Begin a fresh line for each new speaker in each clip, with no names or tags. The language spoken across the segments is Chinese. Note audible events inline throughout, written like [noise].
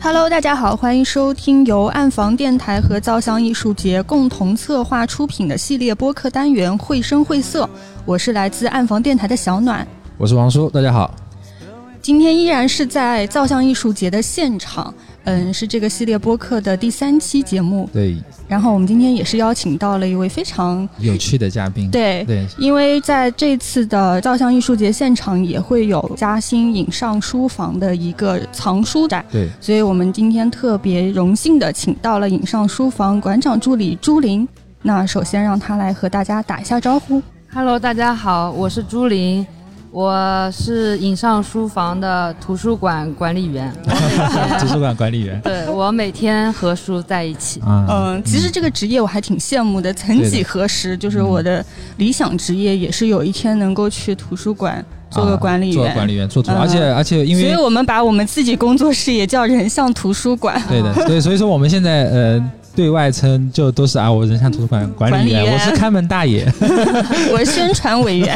Hello，大家好，欢迎收听由暗房电台和造像艺术节共同策划出品的系列播客单元《绘声绘色》，我是来自暗房电台的小暖。
我是王叔，大家好。
今天依然是在造像艺术节的现场，嗯，是这个系列播客的第三期节目。
对，
然后我们今天也是邀请到了一位非常
有趣的嘉宾。
对
对，
因为在这次的照相艺术节现场也会有嘉兴影上书房的一个藏书展，
对
所以我们今天特别荣幸的请到了影上书房馆长助理朱琳。那首先让她来和大家打一下招呼。
Hello，大家好，我是朱琳，我是影上书房的图书馆管理员。我每
图
天
书馆管
[laughs]
理员
对我每天和书在一起。
啊，
嗯，其实这个职业我还挺羡慕的。曾
对的
几何时，就是我的理想职业也是有一天能够去图书馆做个
啊
管理
做
员。
管理员，做图，
嗯
而且而且因
所以
为
我们把我们自己工作室也叫人像图书馆。
[laughs]
[laughs]
对的对，所以说我们现在呃对外称就都是啊，我人像图书馆管理
管理员
员，我是看门大爷，
我是宣传委员。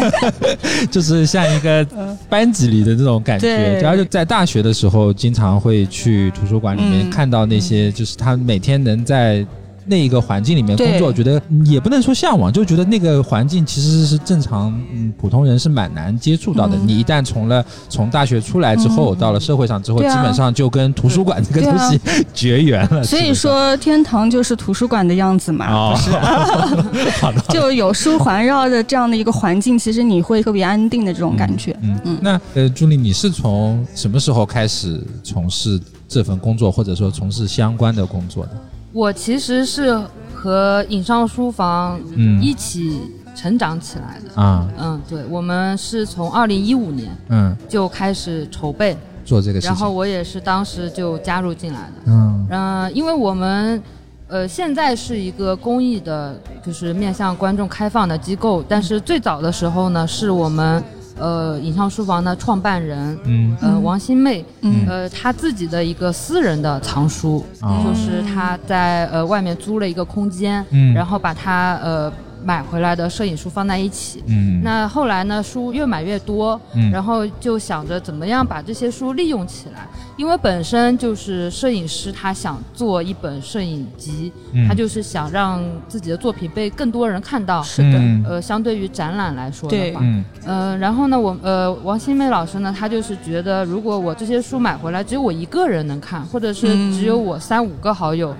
就是像一个
嗯
班级里的这种感觉
对。
然后就在大学的时候，经常会去图书馆里面
嗯
看到那些，就是他每天能在。那一个环境里面工作，
对
觉得也不能说向往，就觉得那个环境其实是正常，嗯，普通人是蛮难接触到的。
嗯
你一旦从了从大学出来之后，
嗯
到了社会上之后，
对啊
基本上就跟图书馆这个
对
东
啊
西 [laughs] 绝缘了。
所
基
以
本上，
说，天堂就是图书馆的样子嘛， [laughs]
哦， [laughs] 好的，
就有书环绕的这样的一个环境，其实你会特别安定的这种感觉。
嗯，
嗯
那呃，朱莉，你是从什么时候开始从事这份工作，或者说从事相关的工作的？
我其实是和影上书房
嗯
一起成长起来的。
啊，
嗯，对，我们是从二零一五年
嗯，
就开始筹备，
做这个事
然后
情，
我也是当时就加入进来的。
嗯
嗯，因为我们呃现在是一个公益的，就是面向观众开放的机构，但是最早的时候呢，是我们呃影像书房的创办人
嗯
呃
嗯
王新妹
嗯
呃她自己的一个私人的藏书，
啊
就
嗯
是她在呃外面租了一个空间，
嗯，
然
后
后把她呃买回来的摄影书放在一起。
嗯，
那后来呢，书越买越多，
嗯
然后就想着怎么样把这些书利用起来，因为本身就是摄影师，他想做一本摄影集，
嗯
他就是想让自己的作品被更多人看到。
是的，
嗯
呃，相对于展览来说
对
的话，
嗯
呃，然后呢，我呃，王新梅老师呢，他就是觉得，如果我这些书买回来只有我一个人能看，或者是
嗯
只有我三五个好友，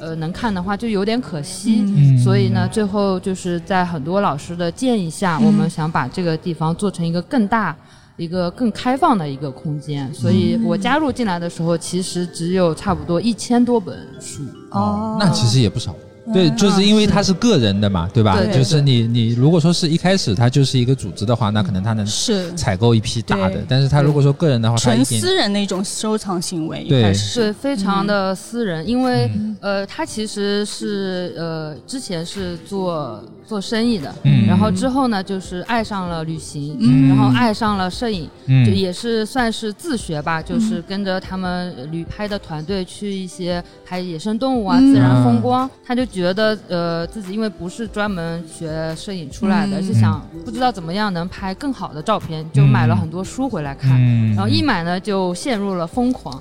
呃，能看的话，就有点可惜。
嗯
嗯，
所以呢，最后就是在很多老师的建议下，
嗯
我们想把这个地方做成一个更大、一个更开放的一个空间。所以
嗯
我加入进来的时候，其实只有差不多一千多本书。
哦，那其实也不少。对，
嗯
就是因为它是个人的嘛，对吧？
对
就是你你如果说是一开始它就是一个组织的话，那可能它能
是
采购一批大的
对，
但是它如果说个人的话，它
纯
一点
私人的一种收藏行为，一
对
开始
是
是
非常
嗯
的私人，因为、
嗯
呃，他其实是呃之前是做做生意的，
嗯
然后之后呢就是爱上了旅行，
嗯
然后爱上了摄影，就
嗯
也是算是自学吧，
嗯
就是跟着他们呃旅拍的团队去一些拍野生动物啊、
嗯
自然风光。他就觉得呃自己因为不是专门学摄影出来的，
嗯
是想不知道怎么样能拍更好的照片，就买了很多书回来看。
嗯，
然后一买呢，就陷入了
[laughs]
疯狂。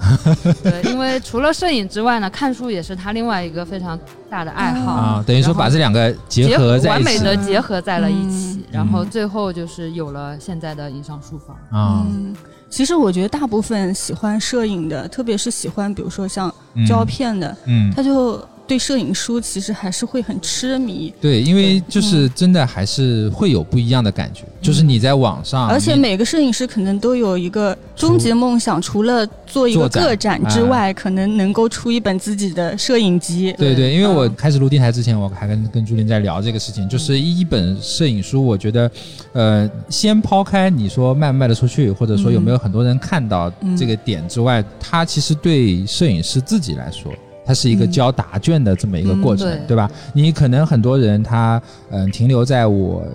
对，因为除了摄影之外呢，看书也是他另外一个非常大的爱好。
啊，等于说
然后
把这两个结
结
合在
完
一
美
起
的结合在了一起，
嗯
然后最后就是有了现在的影上书房。
啊，
嗯。其实我觉得大部分喜欢摄影的，特别是喜欢比如说像
嗯
胶，片的，
嗯，
他就对摄影书其实还是会很痴迷，
对，因为
嗯
就是真的还是会有不一样的感觉，就是你在网上，
而且
啊你
每个摄影师可能都有一个终极梦想，除了做一个
做展
个展之外，可能能够出一本自己的摄影集。
哎对对，因为我
嗯
开始录电台之前，我还跟跟朱琳在聊这个事情，就是一本摄影书，我觉得，呃，先抛开你说卖不卖得出去，或者说有没有很多人看到这个点之外，它其实对摄影师自己来说。它是一个
嗯
交答卷的这么一个过程，
嗯对
对吧？你可能很多人他嗯、停留在我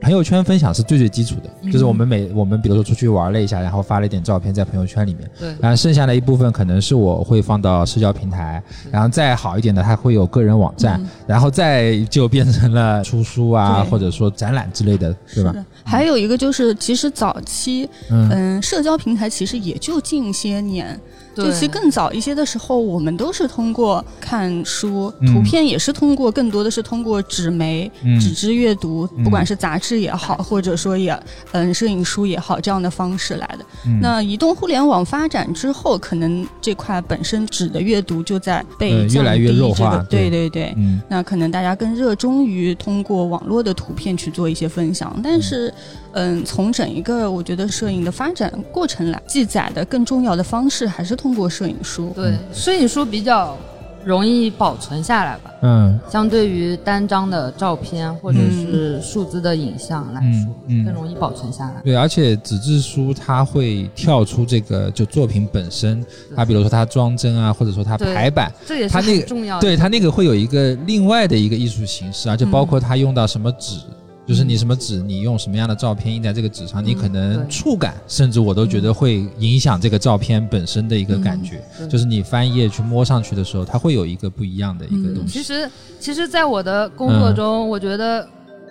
朋友圈分享是最最基础的，就是我们每我们比如说出去玩了一下，然后发了一点照片在朋友圈里面，
对，
然后剩下的一部分可能是我会放到社交平台，然后再好一点的，它会有个人网站，然后再就变成了出书啊，
嗯对
或者说展览之类的，对吧
是？的呃还有一个就是，其实早期，
嗯
嗯，社交平台其实也就近些年，
对
就其实更早一些的时候，我们都是通过看书，
嗯
图片也是通过，更多的是通过纸媒、
嗯
纸质阅读，
嗯
不管是杂志也好，或者说也嗯摄影书也好，这样的方式来的。
嗯
那移动互联网发展之后，可能这块本身纸的阅读就在被
呃越
降
来
低
越弱
这个
化
对
对
对对，
嗯
那可能大家更热衷于通过网络的图片去做一些分享，但是，嗯，从整一个我觉得摄影的发展过程来，记载的更重要的方式还是通过摄影书。
对，摄影书比较容易保存下来吧，
嗯
相对于单张的照片或者是数字的影像来说，
嗯嗯
更容易保存下来。
对，而且纸质书它会跳出这个就作品本身，
对
它比如说它装帧啊，或者说它
对
排版，
这也是
它那个
很重要的。
对它那个会有一个另外的一个艺术形式啊，就包括它用到什么纸。就是你什么纸，你用什么样的照片印在这个纸上，你可能
对
触感，甚至我都觉得会影响这个照片本身的一个感觉。
对
就是你翻页去摸上去的时候，它会有一个不一样的一个
嗯
东西。
其实，其实，在我的工作
嗯
中，我觉得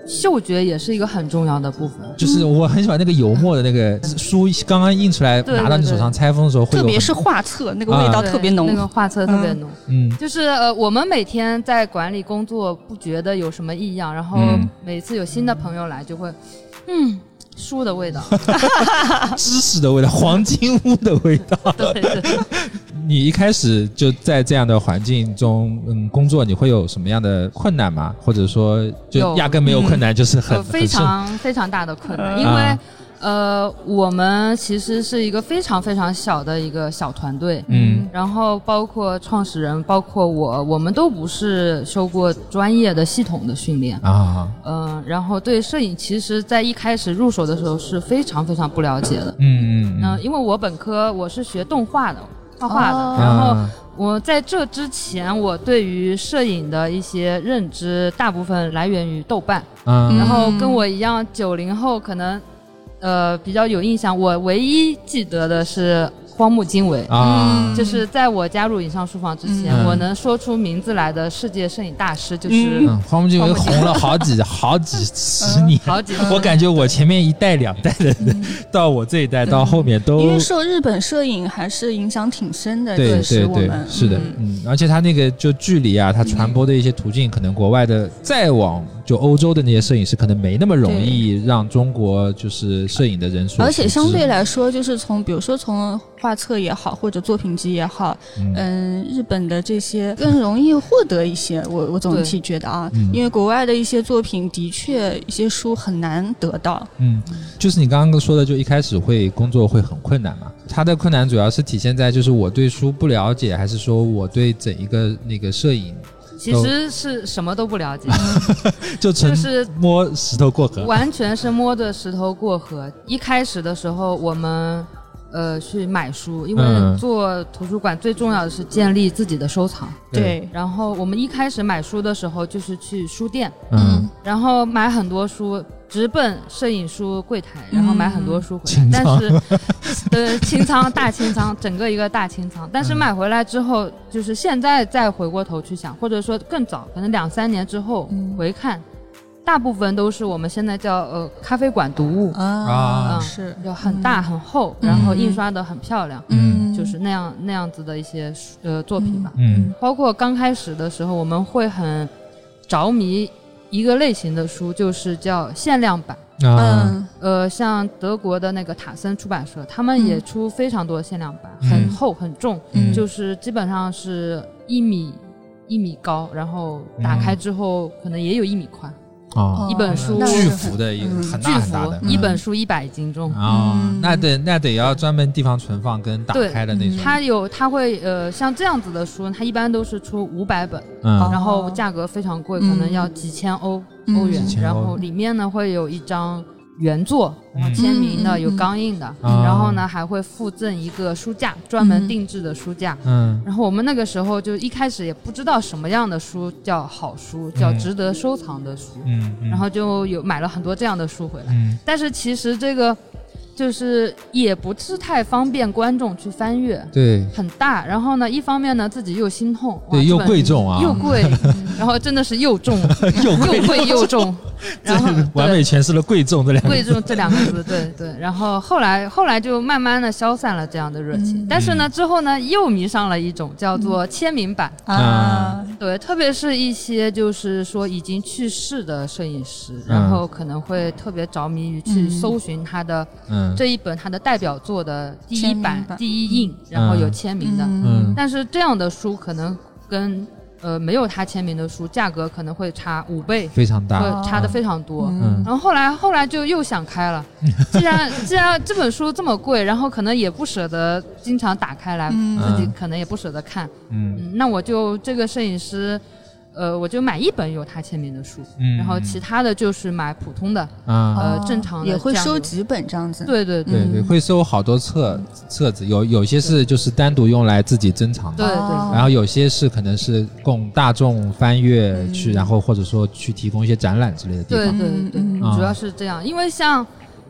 嗅觉也是一个很重要的部分。
就是我很喜欢那个油墨的那个书，刚刚印出来
对
拿到你手上拆封的时候，会有
特别是
很
画册，那个
啊
味道
对
特别浓。
那个画册特别浓。
嗯
就是呃，我们每天在管理工作，不觉得有什么异样，然后
嗯
每次有新的朋友来，就会，嗯，书的
[laughs]
味道，
知识的味道，黄金屋的味道。
对对对。
你一开始就在这样的环境中，嗯，工作你会有什么样的困难吗？或者说，就
有
压根没有困难，就是很、
呃，
很
非
顺
常非常大的困难，因
啊
为呃，我们其实是一个非常非常小的一个小团队，
嗯
然后包括创始人，包括我，我们都不是受过专业的系统的训练，
啊，
嗯、然后对摄影，其实在一开始入手的时候是非常非常不了解的，
嗯嗯
嗯、
嗯，
因为我本科我是学动画的，画画的，
哦
然后。
啊
我在这之前，我对于摄影的一些认知，大部分来源于豆瓣。
嗯
然后跟
嗯
我一样九零后，可能呃比较有印象。我唯一记得的是荒木经惟，
啊
嗯
就是在我加入影像书房之前，
嗯
我能说出名字来的世界摄影大师就是
嗯，荒木经惟
荒木经嗯
红了好几好几十年。
好几
[laughs]
嗯
我感觉我前面一代两代的人，到我这一代到后面都
因为受日本摄影还是影响挺深的，
对
这
对
哎是我
对
们，
是的
嗯，
嗯，而且它那个就距离啊，它传播的一些途径，可能国外的再往就欧洲的那些摄影师，可能没那么容易让中国就是摄影的人数，
而且相对，来说，就是从比如说从画册也好，或者作品集也好，
嗯
嗯，日本的这些更容易获得一些，我我总体觉得啊
对嗯，
因为国外的一些作品的确一些书很难得到，
嗯，就是你刚刚说的，就一开始会工作会很困难嘛，它的困难主要是体现在就是我对书不了解，还是说我对整一个那个摄影
其实是什么都不了解，
啊就
就
成
是
摸石头过河，
完全是摸着石头过河。一开始的时候，我们。呃，去买书，因
嗯
为做图书馆最重要的是建立自己的收藏。
对，
然后我们一开始买书的时候，就是去书店，
嗯，
然后买很多书，直奔摄影书柜台，然后买很多书回
嗯清仓
来。但是， [laughs] 对清仓大清仓，整个一个大清仓。但是
嗯
买回来之后，就是现在再回过头去想，或者说更早，可能两三年之后
嗯
回看，大部分都是我们现在叫呃咖啡馆读物，
啊
嗯
啊
是，
就很大很厚，
嗯
然后印刷的很漂亮，
嗯
就是那样那样子的一些书呃作品吧。
嗯
包括刚开始的时候，我们会很着迷一个类型的书，就是叫限量版。
啊
嗯
呃，像德国的那个塔森出版社，他们也出非常多限量版，
嗯
很厚很重，
嗯
就是基本上是一米一米高，然后打开之后可能也有一米宽，
啊，
一本书
嗯那
巨
是
幅的一个
嗯
很
巨
大很大
幅
的，
一本
嗯
书一百斤重。
啊、
嗯
那得那得要专门地方存放跟打
对
开的那种，
它有，它会呃，像这样子的书，它一般都是出五百本，
嗯
哦
然后价格非常贵，
嗯
可能要几千欧、
嗯
欧元
几，千欧
然后里面呢会有一张原作，
嗯
然后签名的，
嗯嗯
有钢印的，
嗯
然后呢还会附赠一个书架，专门定制的书架。
嗯
然后我们那个时候就一开始也不知道什么样的书叫好书，叫
嗯
值得收藏的书，
嗯，嗯
然后就有买了很多这样的书回来。
嗯
但是其实这个就是也不是太方便观众去翻阅，
对
很大，然后呢，一方面呢自己又心痛，哇
对
这
又 [laughs]
本
贵重啊，
又贵，然后真的是又重，又贵又重，然后
[laughs] 这完美诠释了贵重这两个
贵
字。
重这两个字，对对。然后后来后来就慢慢的消散了这样的热情，但是呢，之后呢又迷上了一种叫做签名版，
啊，
对，特别是一些就是说已经去世的摄影师，然后可能会特别着迷于去搜寻他的
嗯
这一本他的代表作的第一
签名
版
版、
第一印，然后有签名的。
嗯
但是这样的书可能跟呃没有他签名的书价格可能会差五倍，
非常大。
会差的非常多。
啊嗯
然后后来后来就又想
[laughs]
开了，既然既然这本书这么贵，然后可能也不舍得经常打开来，
嗯
自己可能也不舍得看，
嗯
嗯，那我就这个摄影师，呃，我就买一本有他签名的书，
嗯，
然后其他的就是买普通的，
啊，
呃
哦
正常的
也会
这样
收
子
几本这样
嗯
子。
对对对
对对，会收好多册册子，有有些是就是单独用来自己珍藏的
对，
哦
然后有些是可能是供大众翻阅去，然后或者说去提供一些展览之类的地
嗯对
方。
对
嗯
对
嗯
嗯
主要是这样，因为像。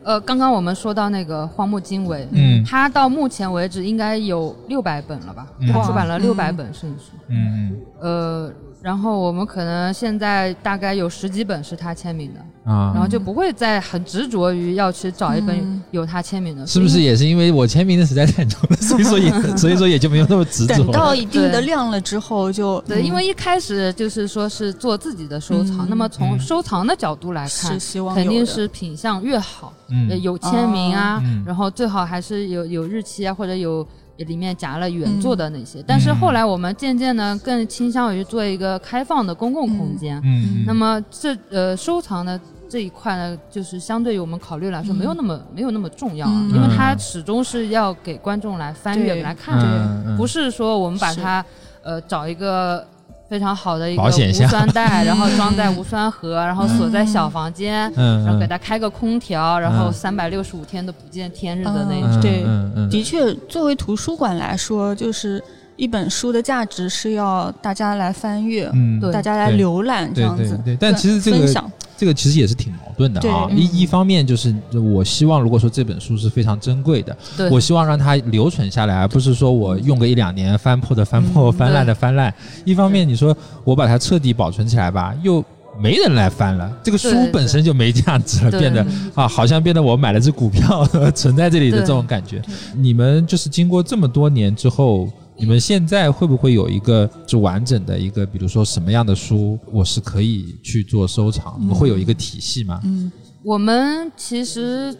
呃，刚刚我们说到那个荒木经惟，
嗯
他到目前为止应该有六百本了吧？
嗯
他出版了六百
嗯
本摄影书，
嗯
呃，然后我们可能现在大概有十几本是他签名的，
嗯啊，
然后就不会再很执着于要去找一本有他签名的书，
是不是也是因为我签名的实在太多了，所以说
[laughs]
也所以说也就没有那么执着
等
了。
到一定的量了之后就，
对，
嗯
因为一开始就是说是做自己的收
嗯
藏，那么从
嗯
收藏的角度来看
是，希望
肯定
有的
是品相越好，呃
嗯
有签名啊，
嗯
然后最好还是有有日期啊，或者有里面夹了原作的那些。但是
嗯
后来我们渐渐呢，更倾向于做一个开放的公共空间，
嗯，
那么这呃收藏的。这一块呢，就是相对于我们考虑来说，没有那么、没有那么重要啊，
嗯
因为它始终是要给观众来翻阅、
对
来看的。
嗯嗯
不是说我们把它呃找一个非常好的一个
保险
无
箱
酸袋，然后装在无酸盒，然后锁在小房间，
嗯，
然后给
嗯
它开个空调，然后
嗯
三百六十五天都不见天日的那
嗯
种。
对
嗯嗯
的确，作为图书馆来说，就是一本书的价值是要大家来翻阅，
嗯
对
大家来浏览这
对
样
对
子。
对，但其实这个
分享
这个其实也是挺矛盾的啊。
对嗯
一一方面就是我希望，如果说这本书是非常珍贵的，
对
我希望让它留存下来，而不是说我用个一两年翻破的翻破，翻烂的翻烂。
嗯
一方面你说我把它彻底保存起来吧，又。没人来翻了，这个书
对
本身就没价值了，
对
变得啊，好像变得我买了只股票 [laughs] 存在这里的这种感觉。你们就是经过这么多年之后，你们现在会不会有一个就完整的一个，比如说什么样的书我是可以去做收藏？
嗯
你们会有一个体系吗？
嗯
我们其实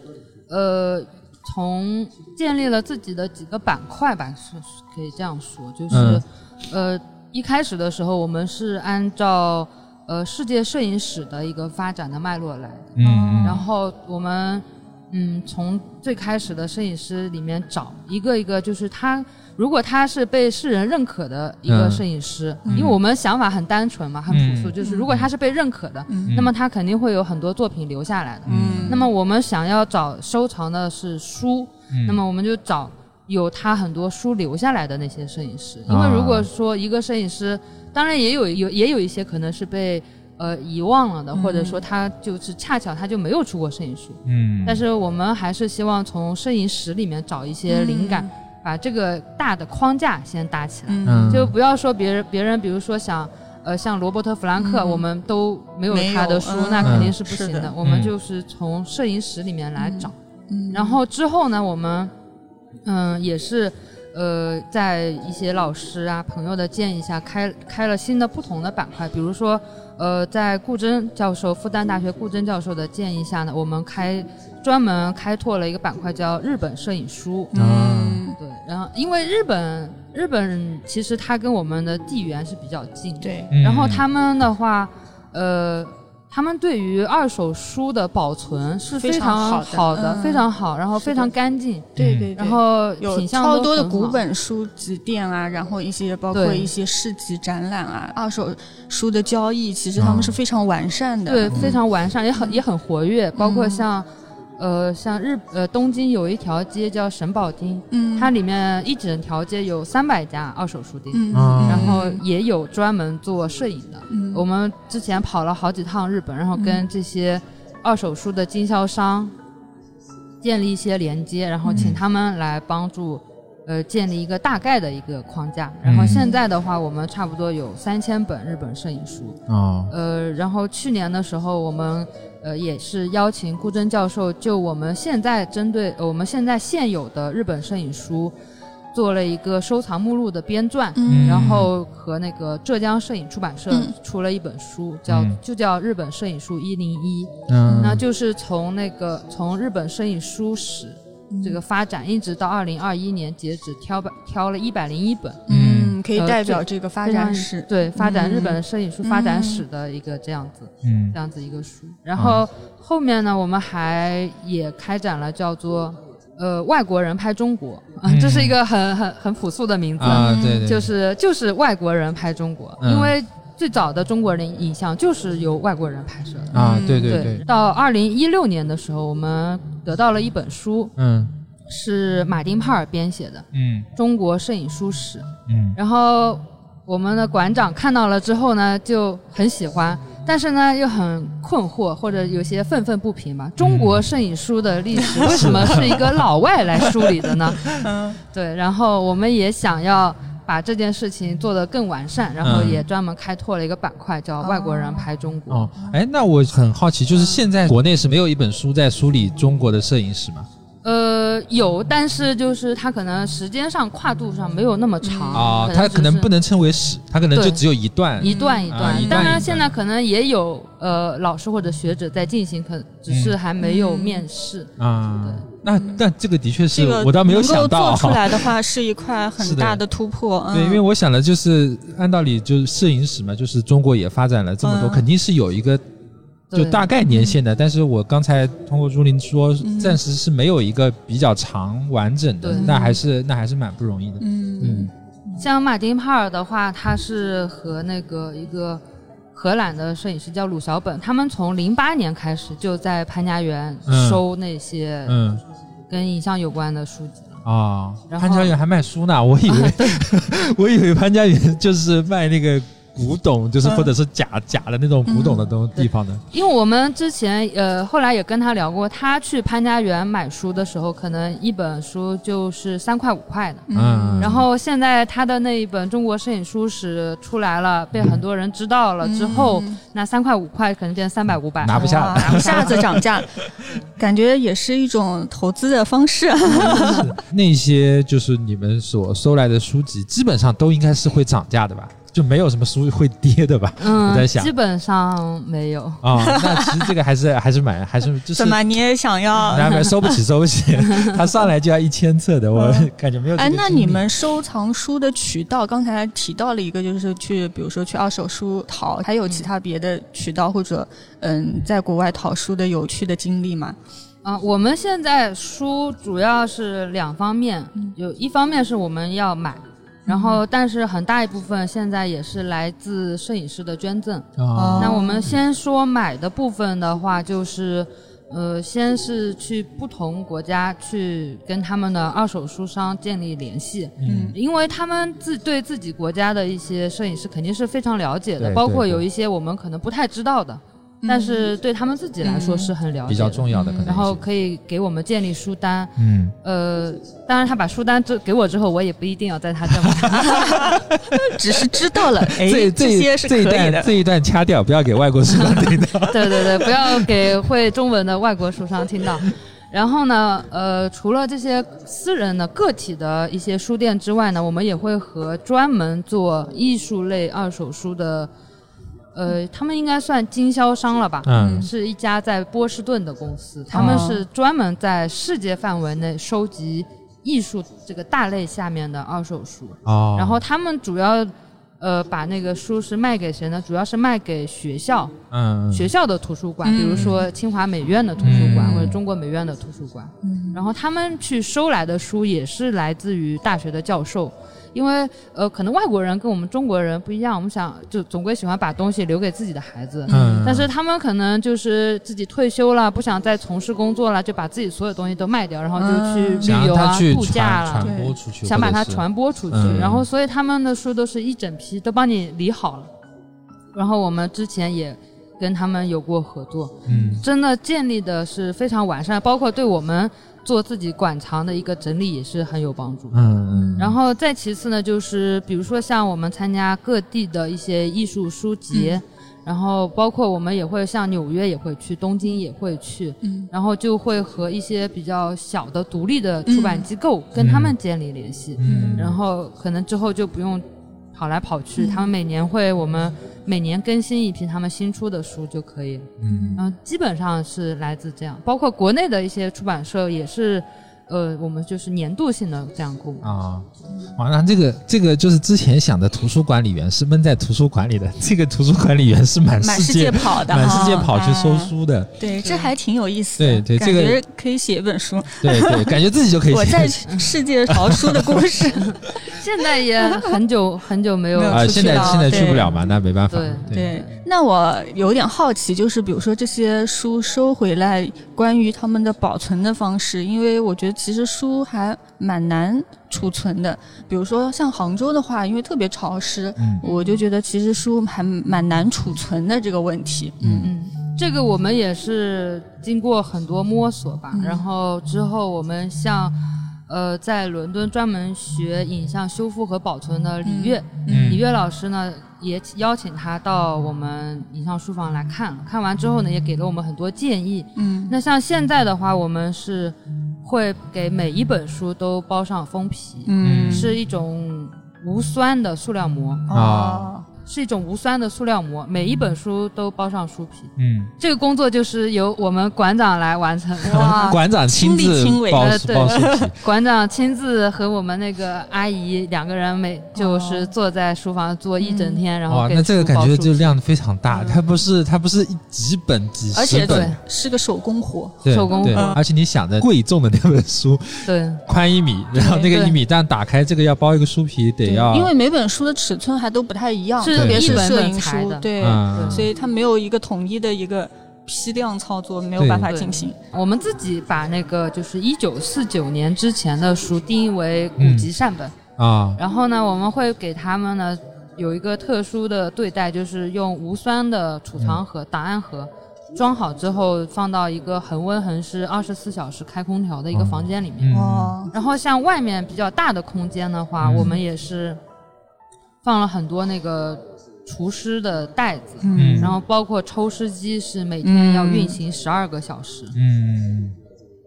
呃从建立了自己的几个板块吧，是是可以这样说，就是、
嗯
呃一开始的时候，我们是按照呃世界摄影史的一个发展的脉络来的。
嗯
然后我们嗯，从最开始的摄影师里面找一个一个，就是他如果他是被世人认可的一个
嗯
摄影师，
嗯
因为我们想法很单纯嘛，很朴素，
嗯
就是如果他是被认可的，
嗯
那么他肯定会有很多作品留下来的。
嗯
那么我们想要找收藏的是书，
嗯
那么我们就找有他很多书留下来的那些摄影师，
啊
因为如果说一个摄影师，当然也有有也有一些可能是被呃遗忘了的，或者说他就是恰巧他就没有出过摄影书，
嗯
但是我们还是希望从摄影史里面找一些灵感，把这个大的框架先搭起来，
嗯
就不要说别人别人比如说想。呃，像罗伯特·弗兰克，
嗯
我们都没有
没
他的
有
书，
嗯
那肯定是不行
是的
我们
嗯
就是从摄影史里面来找。
嗯
然后之后呢，我们嗯也是呃在一些老师啊朋友的建议下开开了新的不同的板块，比如说呃在顾真教授复旦大学顾真教授的建议下呢，我们开专门开拓了一个板块叫日本摄影书。
嗯
对，然后因为日本日本其实它跟我们的地缘是比较近的，
对，
嗯
然后他们的话，呃，他们对于二手书的保存是非
非常好
常
的
好的，
嗯
非常好，然后
是
非常
的
干净，
嗯
对对，
然后
有
品相
超
都
多的
很
古
好。
本书籍店啊，然后一些包括
对
一些市集展览啊，二手书的交易，其实他
嗯
们是非常完善的。嗯
对，非常完善，也很也很活跃。包括像，呃，像日呃东京有一条街叫神保町，
嗯，
它里面一整条街有三百家二手书店，
嗯，
嗯
然后也有专门做摄影的。
嗯
我们之前跑了好几趟日本，然后跟这些二手书的经销商建立一些连接，然后请他们来帮助呃建立一个大概的一个框架。然后现在的话，我们差不多有三千本日本摄影书。
啊，
呃，然后去年的时候，我们呃也是邀请顾真教授就我们现在针对、呃我们现在现有的日本摄影书做了一个收藏目录的编撰，
嗯
然后和那个浙江摄影出版社
嗯
出了一本书，叫、
嗯
就叫《日本摄影书一零一》，
嗯
那就是从那个从日本摄影书史
嗯
这个发展一直到二零二一年截止挑吧，挑了一百零一本。
嗯，可以
呃
代
这
表这个发
非常
展史。
对发展日
嗯
本的摄影术发展
嗯
史的一个这样子，
嗯
这样子一个书。然
啊
后后面呢，我们还也开展了叫做呃外国人拍中国，啊
嗯
这是一个很很很朴素的名字，
啊，对对，
就是就是外国人拍中国，
嗯
因为最早的中国人影像就是由外国人拍摄的。
啊，对
嗯对
对对，
到二零一六年的时候，我们得到了一本书，
嗯
是马丁帕尔编写的
嗯
《中国摄影书史》。
嗯
然后我们的馆长看到了之后呢，就很喜欢，但是呢又很困惑，或者有些愤愤不平
嗯
吧。中国摄影书的历史为什么是一个老外来梳理
[laughs]
的呢？对，然后我们也想要。把这件事情做得更完善，然后
嗯
也专门开拓了一个板块，叫“外国人拍中国”
哦，哎，那我很好奇，
嗯
就是现在国内是没有一本书在梳理中国的摄影史吗？
呃，有，但是就是它可能时间上跨度上没有那么长
啊，它可
只
能
是
不能称为史，它可能就
对
只有一段
一段一
啊
段。
一段
当
一段
然，现在可能也有呃老师或者学者在进行，可只是还没有面试。
啊。那那这个的确是
这个
我倒没有
能够
想到，啊
做出来的话是一
[laughs]
块
是
很
的
大的突破。嗯、
对，因为我想的就是按道理就是摄影史嘛，就是中国也发展了这么多，
嗯
肯定是有一个就
对
大概年限的。但是我刚才通过朱琳说，
嗯
暂时是没有一个比较长完整的
对，
那还是那还是蛮不容易的。
嗯
嗯
像马丁帕尔的话，他是和那个一个荷兰的摄影师叫鲁小本，他们从零八年开始就在潘家园
嗯
收那些
嗯
跟影像有关的书籍了。
啊，
然后
潘家园还卖书呢， [laughs] 我以为、我以为潘家园就是卖那个古董，就是或者是假、假的那种古董的东地方的。
因为我们之前呃后来也跟他聊过，他去潘家园买书的时候，可能一本书就是三块五块的。
嗯，
然后现在他的那一本《中国摄影书史》出来了，被很多人知道
嗯
了之后，
嗯
啊那三块五块可能变三百五百，
[laughs] 拿不下了。
哇一下子涨
[laughs]
价，感觉也是一种投资的方式。啊
那些就是你们所收来的书籍，基本上都应该是会涨价的吧？就没有什么书会跌的吧？ [laughs] 我在
嗯，
想
基本上没有。
啊、那其实这个还是还是蛮还是就是
怎。么你也想要？
然后收不起，收不起， [laughs] 他上来就要一千册的，我感觉没有这个
哎，
精力。
那你们收藏书的渠道，刚才提到了一个，就是去，比如说去二手书淘，还有其他别的渠道，或者嗯，在国外淘书的有趣的经历吗？
啊、我们现在书主要是两方面，
嗯
有一方面是我们要买，然后但是很大一部分现在也是来自摄影师的捐赠。
啊
哦
那我们先说买的部分的话，就是，呃，先是去不同国家去跟他们的二手书商建立联系，
嗯
因为他们自对自己国家的一些摄影师肯定是非常了解的，
对
包括
对对
有一些我们可能不太知道的，
嗯
但是对他们自己来说是很了解的
比较重要的可能
嗯然后
性
可以给我们建立书单，
嗯
呃，当然他把书单这给我之后，我也不一定要在他这买。
嗯只是知道
[laughs]
了，哎，
这
这些
这
是可
这一
以
段
的
这。一段掐掉，不要给外国 [laughs] 书商听到。
[laughs] 对对对，不要给会中文的外国书商听
[laughs]
到。然后呢，呃，除了这些私人的个体的一些书店之外呢，我们也会和专门做艺术类二手书的，呃，他们应该算经销商了吧？
嗯哦
是一家在波士顿的公司，他们是专门在世界范围内收集艺术这个大类下面的二手书。
[laughs] 哦
然后他们主要，呃，把那个书是卖给谁呢？主要是卖给学校，
嗯
学校的图书馆，比如说清华美院的图书馆、或者中国美院的图书馆，
嗯
然后他们去收来的书也是来自于大学的教授。因为呃，可能外国人跟我们中国人不一样，我们想就总归喜欢把东西留给自己的孩子，
嗯
但是他们可能就是自己退休了，不想再从事工作了，就把自己所有东西都卖掉，然后就去
嗯想
旅游
让
啊
他、去
度假
传
了，
传播出去，
想把它
或者是
传播出去。
嗯
然后，所以他们的书都是一整批，都帮你理好了。然后我们之前也跟他们有过合作，
嗯
真的建立的是非常完善，包括对我们做自己馆藏的一个整理也是很有帮助。
嗯嗯，
然后再其次呢，就是比如说像我们参加各地的一些艺术
嗯
书节，然后包括我们也会像纽约也会去，东京也会去，
嗯
然后就会和一些比较小的独立的出版机构、跟他们建立联系，
嗯，
然后可能之后就不用跑来跑去，
嗯
他们每年会我们每年更新一批他们新出的书就可以了。
嗯
嗯，基本上是来自这样，包括国内的一些出版社也是，呃，我们就是年度性的这样购买。
啊，哇，那这个这个就是之前想的图书管理员是闷在图书馆里的，这个图书管理员是满
满
世
世
界
界跑的，
满世界跑去搜
啊。
书的，
对，这还挺有意思的。
对对
感
这个
觉可以写一本书。
对 [laughs] 对，感觉自己就可以
我
写
在世界淘书的故
[laughs]
事。
现
[laughs]
在也很久很久没有
没有
啊、
出去
现在
了
现在去
对
不了嘛，那没办法
对，
对，那我有点好奇，就是比如说这些书收回来，关于他们的保存的方式，因为我觉得其实书还蛮难储存的。比如说像杭州的话，因为特别潮湿，
嗯
我就觉得其实书还蛮难储存的这个问题。
嗯
嗯，这个我们也是经过很多摸索吧，
嗯
然后之后我们像。呃，在伦敦专门学影像修复和保存的李月，
嗯
李月老师呢也邀请他到我们影像书房来看了，看完之
嗯
后呢也给了我们很多建议。
嗯
那像现在的话，我们是会给每一本书都包上封皮，
嗯
是一种无酸的塑料膜，
啊
啊，
是一种无酸的塑料膜，每一本书都包上书皮。
嗯，
这个工作就是由我们馆长来完成，
[laughs]
哇
馆长亲
亲力
自
亲为
包
的
书
呃对
包书皮，
馆长亲自和我们那个阿姨两个人每就是坐在书房坐一整天， [laughs] 然后
哦嗯哇，
给
那这个
书包
感觉
书嗯
就量非常大，它不是它不是一几本几
而
十
且
本。
是个手工活。
对
手工
对，
嗯
而且你想着贵重的那本书
对
宽一米，然后那个
对
一米但打开，这个要包一个书皮得要，
因为每本书的尺寸还都不太一样，
是
特别
一
是
本
摄
本
影
裁
书
的，
对，
嗯
所以它没有一个统一的一个批量操作，没有
对
办法
对
进行。
我们自己把那个就是一九四九年之前的书定义为古籍善本，
啊，
然后呢，我们会给他们呢有一个特殊的对待，就是用无酸的储藏盒、档案盒
嗯
装好之后，放到一个恒温恒湿、二十四小时开空调的一个房间里面。
嗯，
哦，
然后像外面比较大的空间的话，
嗯
我们也是放了很多那个除湿的袋子，
嗯
然后包括抽湿机是每天要
嗯
运行十二个小时。
嗯，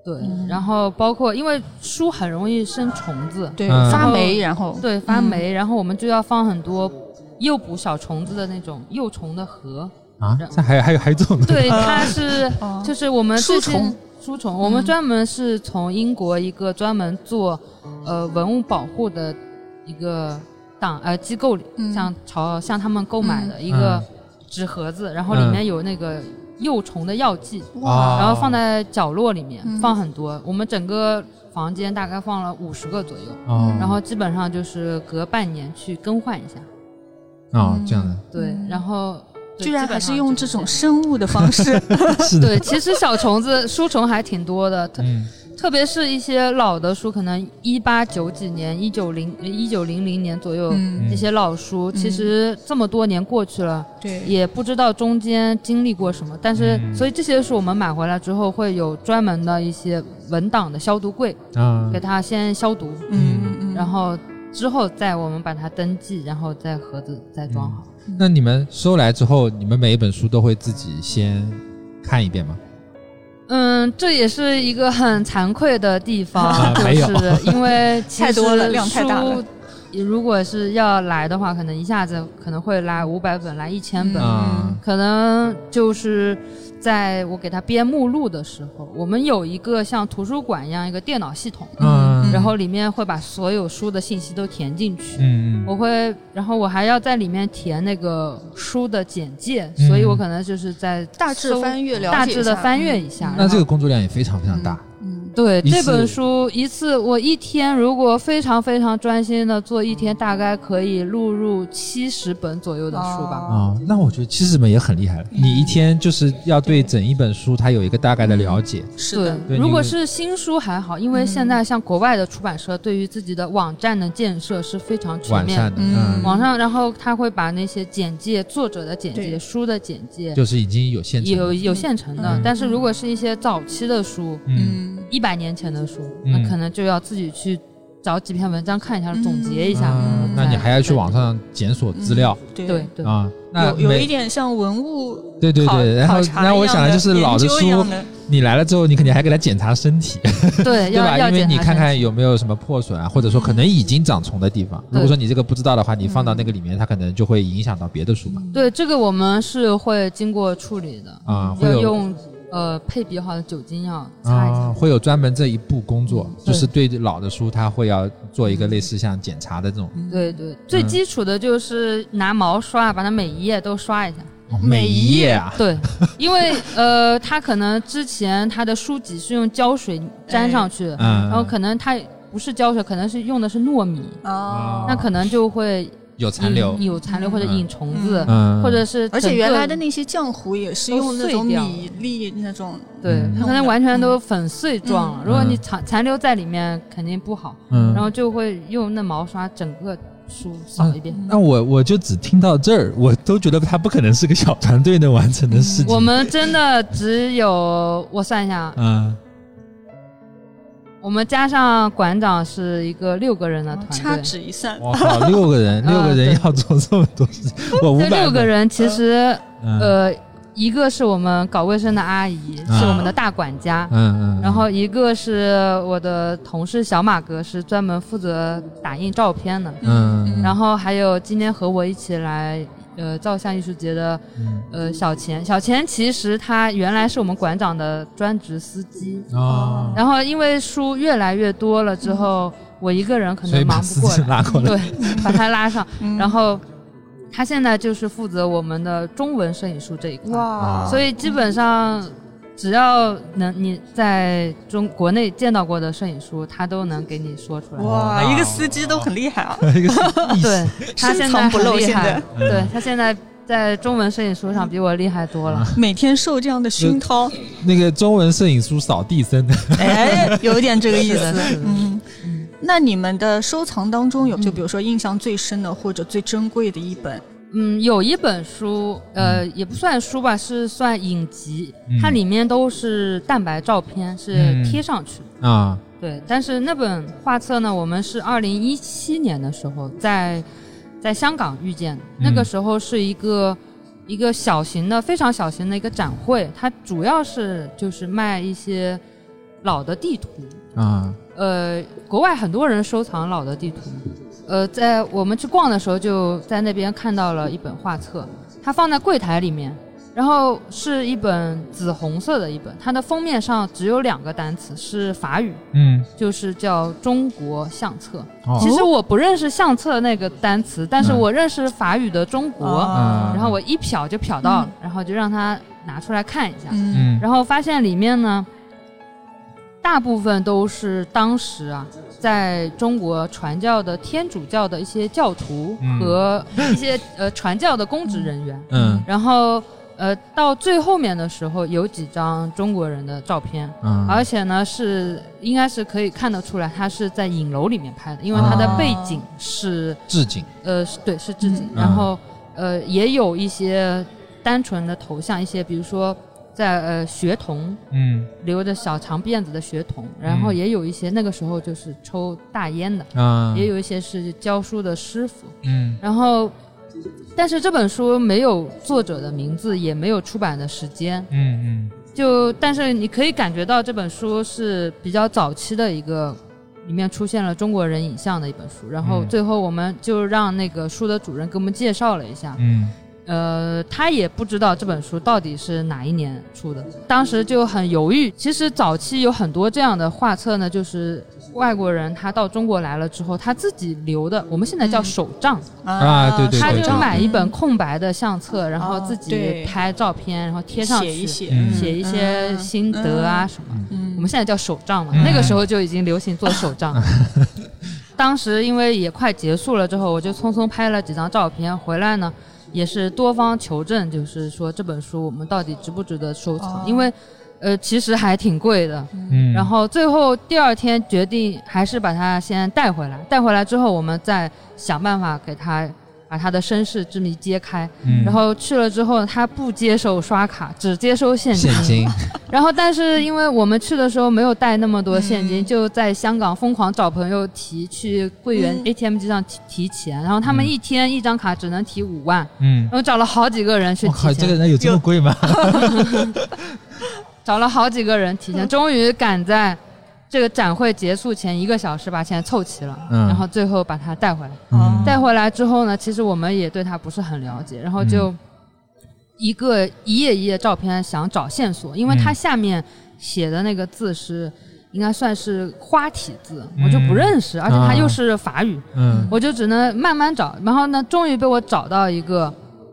对，然后包括因为书很容易生虫子，
对，
嗯
发霉，然后
对发
嗯
霉，然后我们就要放很多诱捕小虫子的那种幼虫的盒。
啊，这还有还有还有这种东西
对，它是
哦
就是我们
嗯书
这些
虫嗯
书虫，我们专门是从英国一个专门做呃文物保护的一个档呃机构里
嗯
向朝向他们购买的一个纸盒子，然后里
嗯
面有那个幼虫的药剂，
啊，
然后放在角落里面
嗯
放很多，我们整个房间大概放了五十个左右，
哦，
然后基本上就是隔半年去更换一下，嗯
哦这样的，
对，然后对
嗯居然
基本
还
上
是用
就
这种
样
生物的方
[laughs]
式，
是的，
对，其实小虫子、书虫还挺多的，特
嗯
特别是一些老的书，可能一八九几年、一九零、一九零零年左右。
嗯
一些老书，其
嗯
实这么多年过去了，
对，
也不知道中间经历过什么。但是，
嗯
所以这些书我们买回来之后，会有专门的一些文档的消毒柜，
啊
给，它先消毒，
嗯嗯，
然后之后再我们把它登记，然后再盒子再装好。
嗯那你们收来之后，你们每一本书都会自己先看一遍吗？
嗯，这也是一个很惭愧的地
啊
方，就
没有
是
[laughs]
因为其
太
实
多了量太大了
书如果是要来的话，可能一下子可能会来五百本，来一千
嗯
本，
啊，
可能就是在我给他编目录的时候，我们有一个像图书馆一样一个电脑系统，
嗯
然后里面会把所有书的信息都填进去。
嗯
我会，然后我还要在里面填那个书的简介，
嗯
所以我可能就是在
大致
搜
翻阅了解一下
大致的翻阅一下。嗯
那
然后
这个工作量也非常非常大，
嗯，
对
一
这
次
本书，一次我一天如果非常非常专心的做一天，大概可以录入七十本左右的书
哦
吧。
啊、那我觉得七十本也很厉害了。你一天就是要对整一本书它有一个大概的了解，
是
对
的，，嗯
对
如
你
果是新书还好，因为现在像国外的出版社对于自己的网站的建设是非常全
完
面
善
的。
的，
嗯
嗯，
网上，然后他会把那些简介、作者的简介、
对
书的简介
就是已经有现成的
有有现成的
嗯。
但是如果是一些早期的书，
嗯
嗯，
一百年前的书，
嗯
那可能就要自己去找几篇文章看一下，
嗯
总结一下
嗯。那你还要去网上检索资料
嗯对
对对
啊？那
有有
每
一点像文物
对对
考
对，然后
考察
然后我
一样
想的
的
就是老
研
的
究一
书
样，的
你来了之后，你肯定还给它检查身体，对
对，要
吧？
要
因为
检
你
查
看
身体
看有没有什么破损啊，或者说可能已经长虫的地方。如果说你这个不知道的话，你放到那个里面，它可能就会影响到别的书嘛。
对这个我们是会经过处理的，
啊，会
要
有
用呃配比好的酒精要擦一下。嗯
啊，会有专门这一步工作，
对
就是对老的书，它会要做一个类似像检查的这种，
嗯
对对，最基础的就是拿毛刷把它每一页都刷一下。
哦每一页啊， [laughs]
对，因为呃，它可能之前它的书籍是用胶水粘上去的，
嗯，
然后哦可能它不是胶水，可能是用的是糯米，
哦
啊
那可能就会
有残
引
留，
有残留或者
嗯
引虫子，
嗯，
或者是
而且
整
原
个
来的那些浆糊也是
都
用那
碎
种
掉
米粒那种，
对
嗯，
它可能完全都粉碎状了。
嗯
如果你
嗯
残残留在里面，肯定不好。
嗯，
然后就会用那毛刷整个书扫一遍。
嗯
那我我就只听到这儿，我都觉得它不可能是个小团队能完成的事情。
我们真的只有我算一下，
嗯，
我们加上馆长是一个六个人的
嗯掐
团队，
指一算，
我靠，六个人，
[laughs] 啊
六个人
对
要做这么多事情，
[laughs]
我五
这
百
六个，人其实
嗯
呃，一个是我们搞卫生的阿姨，
啊
是我们的大管家。
嗯嗯，
然后一个是我的同事小马哥，是专门负责打印照片的。
嗯，
然后还有今天和我一起来呃照相艺术节的
嗯
呃小钱，小钱其实他原来是我们馆长的专职司机，
啊，
哦然后因为书越来越多了之后，我一个人可
所以
能
把
忙不
司
过
机嗯
来，
拉过来， [laughs]
对，把他拉上，然后他现在就是负责我们的中文摄影书这一块，
哇，
所以基本上。只要能你在中国内见到过的摄影书，他都能给你说出来。
哇，
那
一个司机都很厉害啊，
[laughs] 一个嗯意思
[laughs]
[laughs] 对，哦他现
深
在
藏不
很
露，
厉
现
害
在，嗯
对他现在在中文摄影书上比我厉害多了。
每天受这样的熏陶，
那个中文摄影书扫地僧，
哎，有点这个意
[laughs] 是的，
思。
是的
嗯，那你们的收藏当中有，就比如说印象最深的或者最珍贵的一本，啊
嗯，有一本书，呃，
嗯
也不算书吧，是算影集，
嗯
它里面都是蛋白照片，是
嗯
贴上去的。
啊，
对，但是那本画册呢，我们是二零一七年的时候在在香港遇见的，那个时候是一个。一个小型的、非常小型的一个展会，它主要是就是卖一些老的地图，
啊，
呃，国外很多人收藏老的地图，呃，在我们去逛的时候，就在那边看到了一本画册，它放在柜台里面，然后是一本紫红色的一本，它的封面上只有两个单词是法语，
嗯，
就是叫中国相册。
哦
其实我不认识相册那个单词，但是
嗯
我认识法语的中国，
啊
然后我一瞟就瞟到了，然后就让他拿出来看一下，
嗯
嗯，
然后发现里面呢，大部分都是当时啊，在中国传教的天主教的一些教徒
嗯
和一些呃传教的公职人员，
嗯
然后呃到最后面的时候，有几张中国人的照片。
嗯，
而且呢，是应该是可以看得出来，他是在影楼里面拍的，因为他的背景是，
置景，
呃，是对，是置景，
嗯
然后呃，也有一些单纯的头像，一些比如说在呃学童
嗯
留着小长辫子的学童，然后
嗯
也有一些那个时候就是抽大烟的，
啊，
也，有一些是教书的师傅。
嗯
然后，但是这本书没有作者的名字，也没有出版的时间，
嗯
就但是你可以感觉到这本书是比较早期的一个。里面出现了中国人影像的一本书，然后
嗯
最后我们就让那个书的主人给我们介绍了一下，
嗯
呃，他也不知道这本书到底是哪一年出的，当时就很犹豫。其实早期有很多这样的画册呢，就是外国人他到中国来了之后，他自己留的，我们现在叫手账，
啊对对
他
手
就
账嗯
买一本空白的相册，然后
哦
自己
对
拍照片，然后贴上去，
写一写，
嗯
写一些心得啊什么。
嗯
我们现在叫手账嘛，
嗯
那个时候就已经流行做手
[laughs]
账。当时因为也快结束了之后，我就匆匆拍了几张照片回来呢，也是多方求证，就是说这本书我们到底值不值得收藏，
哦
因为呃其实还挺贵的。
嗯，
然后最后第二天决定还是把它先带回来，带回来之后我们再想办法给它把它的身世之谜揭开。
嗯
然后去了之后，他不接受刷卡，只接收现金。
现金，
[laughs] 然后，但是因为我们去的时候没有带那么多现金，
嗯
就在香港疯狂找朋友提，去柜员
嗯
ATM 机上提提钱。然后他们
嗯
一天一张卡只能提五万，
嗯
然，后找了好几个人去
我
提
靠，这个
钱，
人有这么贵吗？
找了好几个人提钱，
嗯
终于赶在这个展会结束前一个小时把钱凑齐了，
嗯
然后最后把它带回来。
嗯
哦带回来之后呢，其实我们也对他不是很了解，然后就
嗯
一个一页一页照片想找线索，因为
嗯
它下面写的那个字是应该算是花体字，
嗯
我就不认识，而且它
啊
又是法语，
嗯
我就只能慢慢找。然后呢，终于被我找到一个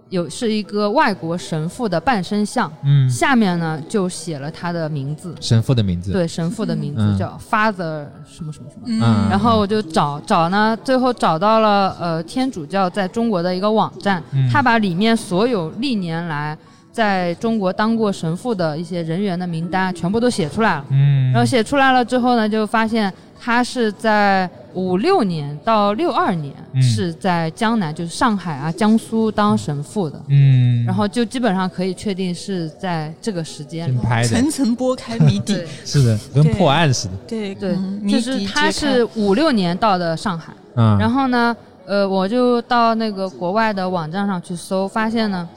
有是一个外国神父的半身像，
嗯，
下面呢就写了他的名字，
神父的名字，
对，神父的名字、
嗯
叫 Father 什么什么什么。
嗯
然后我就找找呢，最后找到了呃天主教在中国的一个网站，
嗯
他把里面所有历年来在中国当过神父的一些人员的名单全部都写出来了。
嗯，
然后写出来了之后呢，就发现他是在五六年到六二年、
嗯
是在江南，就是上海啊、江苏当神父的。
嗯，
然后就基本上可以确定是在这个时间
跟
里，
拍的
层层拨开谜
[laughs]
底
对，
是的，跟
对
破案似的，
对
对
嗯，谜
就是
底
他
揭开
是五六年到的上海，
嗯，
然
后
后呢，呃，我就到那个国外的网站上去搜，发现呢，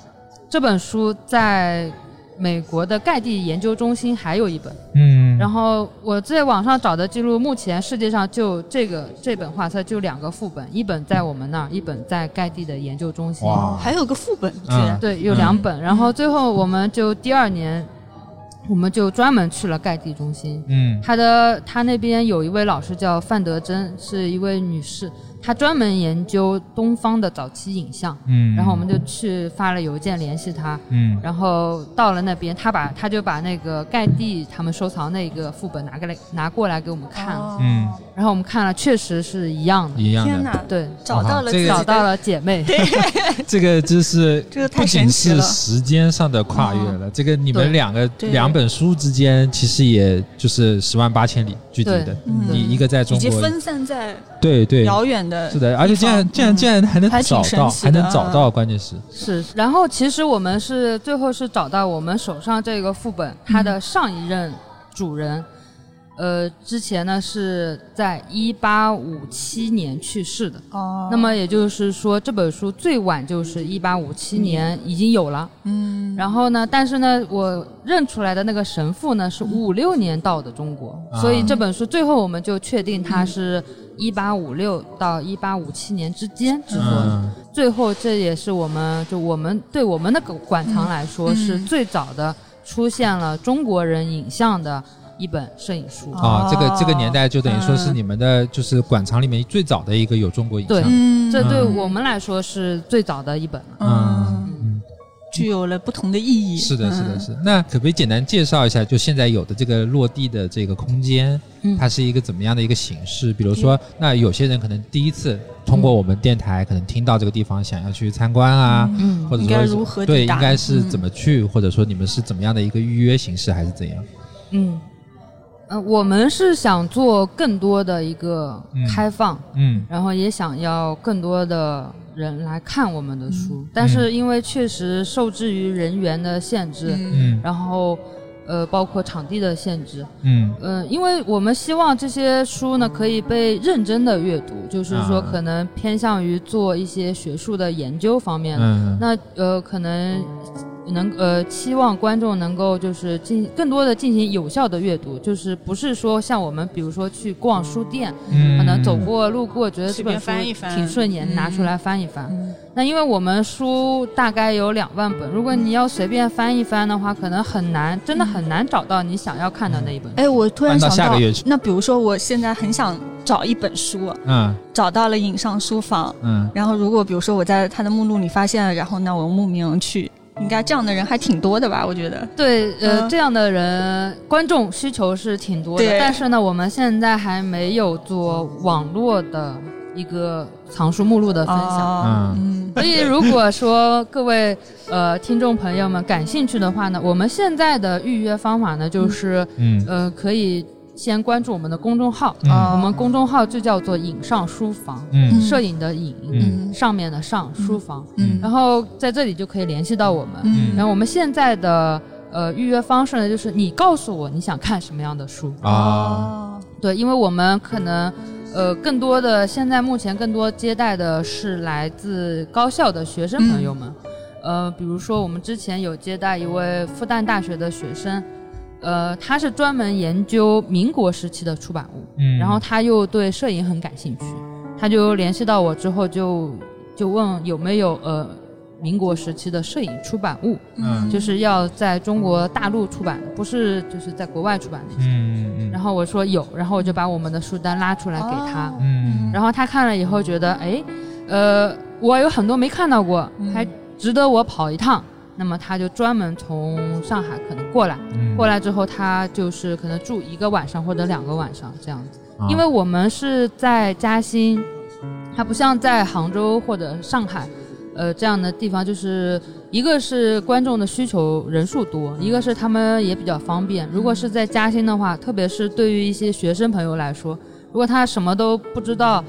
这本书在美国的盖蒂研究中心还有一本。
嗯，
然后我在网上找的记录，目前世界上就这个这本画册就两个副本，一本在我们那儿，一本在盖蒂的研究中心。
哇
还有个副本，居
嗯
然
对，有两本。然后最后我们就第二年，我们就专门去了盖蒂中心，
嗯
他的他那边有一位老师叫范德珍，是一位女士，她专门研究东方的早期影像。
嗯，
然后我们就去发了邮件联系她，
嗯
然后到了那边，她把她就把那个盖蒂他们收藏那个副本拿过来拿过来给我们看了，
哦
嗯
然后我们看了，确实是一样的，
一样
天
的，
哪，
对，
找到了
嗯这
自
个
己
找
的
[laughs]
到了姐妹，
这个真是
[laughs] 这个太
不仅
神奇
是
了嗯
时间上的跨越了，这个你们
对
两个
对
两本书之间其实也就是十万八千里距离
对
的，
嗯
你一个在
以
中
及
国，
分散在
对对，
遥远的
是，的，而且竟然
方
竟然
嗯
竟然还能
还挺
找
神
到，
奇
还能
的
找
啊
到，关键是，
是，然后其实我们是最后是找到我们手上这个副本，它
嗯
的上一任主人，呃，之前呢是在一八五七年去世的。
哦
那么也就是说，这本书最晚就是一八五
嗯
七年已经有了。
嗯，
然后呢，但是呢，我认出来的那个神父呢是五六年到的中国，
啊
所以这本书最后我们就确定他是一八五六到一八五七年之间制作的。
嗯
最后，这也是我们就我们对我们的馆藏来说，
嗯嗯
是最早的出现了中国人影像的一本摄影书。
哦
啊，这个这个
哦
年代就等于说是
嗯
你们的就是馆藏里面最早的一个有中国影
对
像，
嗯
这对
嗯
我们来说是最早的一本了。
嗯，
嗯，
具有了不同的意义，
是的，是的，
嗯
是的。那可不可以简单介绍一下，就现在有的这个落地的这个空间，
嗯
它是一个怎么样的一个形式？比如说，那有些人可能第一次通过我们电台，可能听到这个地方，想要去参观啊，
嗯
或者
应该
说
如何
对，
抵达
应该是
嗯
怎么去，或者说你们是怎么样的一个预约形式，还是怎样？
嗯，呃，我们是想做更多的一个
嗯
开放，
嗯
然后也想要更多的人来看我们的书，但是因为确实受制于人员的限制，
嗯
嗯
然后呃，包括场地的限制，
嗯
嗯，因为我们希望这些书呢可以被认真的阅读，就是说
啊
可能偏向于做一些学术的研究方面的。
嗯
那呃，可能能呃期望观众能够就是进更多的进行有效的阅读，就是不是说像我们比如说去逛书店，
嗯
可能走过路过觉得这
随
本
便
书
翻一翻
挺顺眼，
嗯
拿出来翻一翻。
嗯
那因为我们书大概有两万本，如果你要随便翻一翻的话，可能很难，真的很难找到你想要看的那一本书。
哎，我突然
搬到
想
下个月去，
那比如说，我现在很想找一本书，
嗯
找到了影上书房，
嗯
然后如果比如说我在它的目录里发现了，然后那我慕名而去，
应该这样的人还挺多的吧？我觉得。
对，呃，
嗯
这样的人观众需求是挺多的，
对
但是呢，我们现在还没有做网络的一个藏书目录的分享。
啊
嗯
嗯，
所以，如果说各位呃听众朋友们感兴趣的话呢，我们现在的预约方法呢，就是、
嗯
呃可以先关注我们的公众号，
嗯
哦
我们公众号就叫做“影上书房”，
嗯
摄影的影，
嗯
上面的上书房，
嗯
然后在这里就可以联系到我们。
嗯
然后我们现在的呃预约方式呢，就是你告诉我你想看什么样的书，哦
啊，
对，因为我们可能。呃，更多的现在目前更多接待的是来自高校的学生朋友们，呃，比如说我们之前有接待一位复旦大学的学生，呃，他是专门研究民国时期的出版物，
嗯
然后他又对摄影很感兴趣，他就联系到我之后就就问有没有呃民国时期的摄影出版物，
嗯
就是要在中国大陆出版，不是就是在国外出版的。
嗯嗯
然后我说有，然后我就把我们的书单拉出来给他，
哦
嗯
然后他看了以后觉得哎，呃，我有很多没看到过，还值得我跑一趟。那么他就专门从上海可能过来，
嗯
过来之后他就是可能住一个晚上或者两个晚上这样子。
啊
因为我们是在嘉兴，它不像在杭州或者上海，呃这样的地方，就是一个是观众的需求人数多，一个是他们也比较方便。如果是在嘉兴的话，特别是对于一些学生朋友来说，如果他什么都不知道。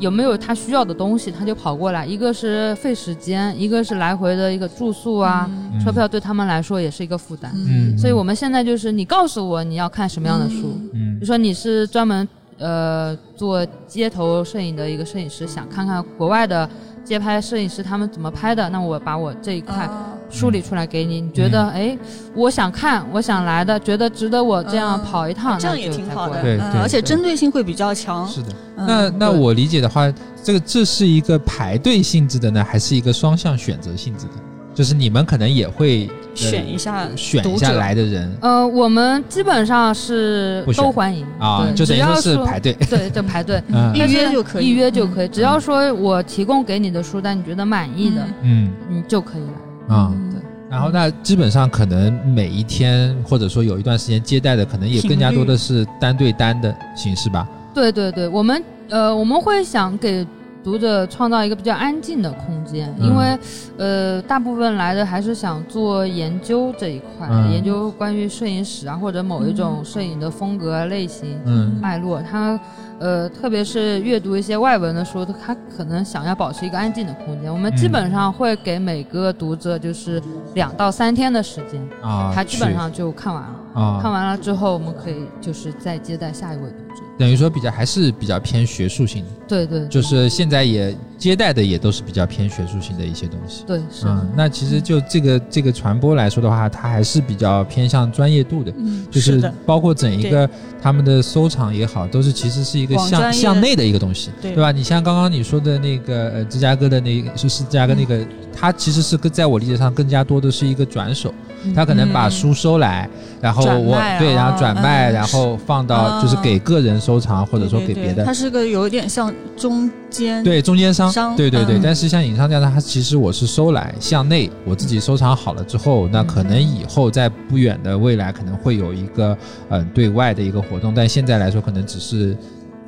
有没有他需要的东西，他就跑过来。一个是费时间，一个是来回的一个住宿啊，车票对他们来说也是一个负担。
嗯，
所以我们现在就是，你告诉我你要看什么样的书，比
嗯
如说你是专门呃做街头摄影的一个摄影师，想看看国外的街拍摄影师他们怎么拍的，那我把我这一
嗯
块
啊哦
梳理出来给你。你觉得哎，我想看，我想来的，觉得值得我这样
嗯
跑一趟，
这样
那
也
就
挺
再
好
过
的，
来
对
嗯
对
而且针对性会比较强。
是的。
嗯
那那
对
我理解的话，这个这是一个排队性质的呢，还是一个双向选择性质的？就是你们可能也会呃
选一下
选一
读
下
者
来的人
呃，我们基本上是
不选
都欢迎
啊，
对
就等于
只要
说是排队。
[laughs] 对，就排队。
嗯
预
但是
约就可以嗯
预约就可以。只要说我提供给你的书单，你觉得满意的，
嗯
你就可以来。
啊，
对，
然后那基本上可能每一天或者说有一段时间接待的，可能也更加多的是单对单的形式吧。嗯
对对对，我们呃，我们会想给读者创造一个比较安静的空间，
嗯
因为呃，大部分来的还是想做研究这一块，
嗯
研究关于摄影史啊，或者某一种摄影的风格啊类型。
嗯
脉络，他呃，特别是阅读一些外文的书，他可能想要保持一个安静的空间。我们基
嗯
本上会给每个读者就是两到三天的时间，
啊，
他基本
去
上就看完了。看
啊，
完了之后，我们可以就是再接待下一位读者。
等于说比较还是比较偏学术性的，
对对
就是现在也接待的也都是比较偏学术性的一些东西。
对，是的
嗯，那其实就这个这个传播来说的话，它还是比较偏向专业度的，
嗯
就是是
的
包括整一个他们的收藏也好，都是其实是一个
广
向
专业
向内的一个东西，
对
吧？你像刚刚你说的那个呃芝加哥的那个，就是芝加哥那
嗯
个，它其实是更在我理解上更加多的是一个转手，他可能把书收来，然
嗯
后
转
我
卖
对，然后
啊
转卖，
嗯
然后放到就是给个人收藏，或者说给别的
它是个有点像中间，
对中间商，
商
对对对。
嗯
但是像影商这样的，它其实我是收来向内，我自己收藏好了之后，那可能以后在不远的未来可能会有一个嗯、呃对外的一个活动，但现在来说可能只是，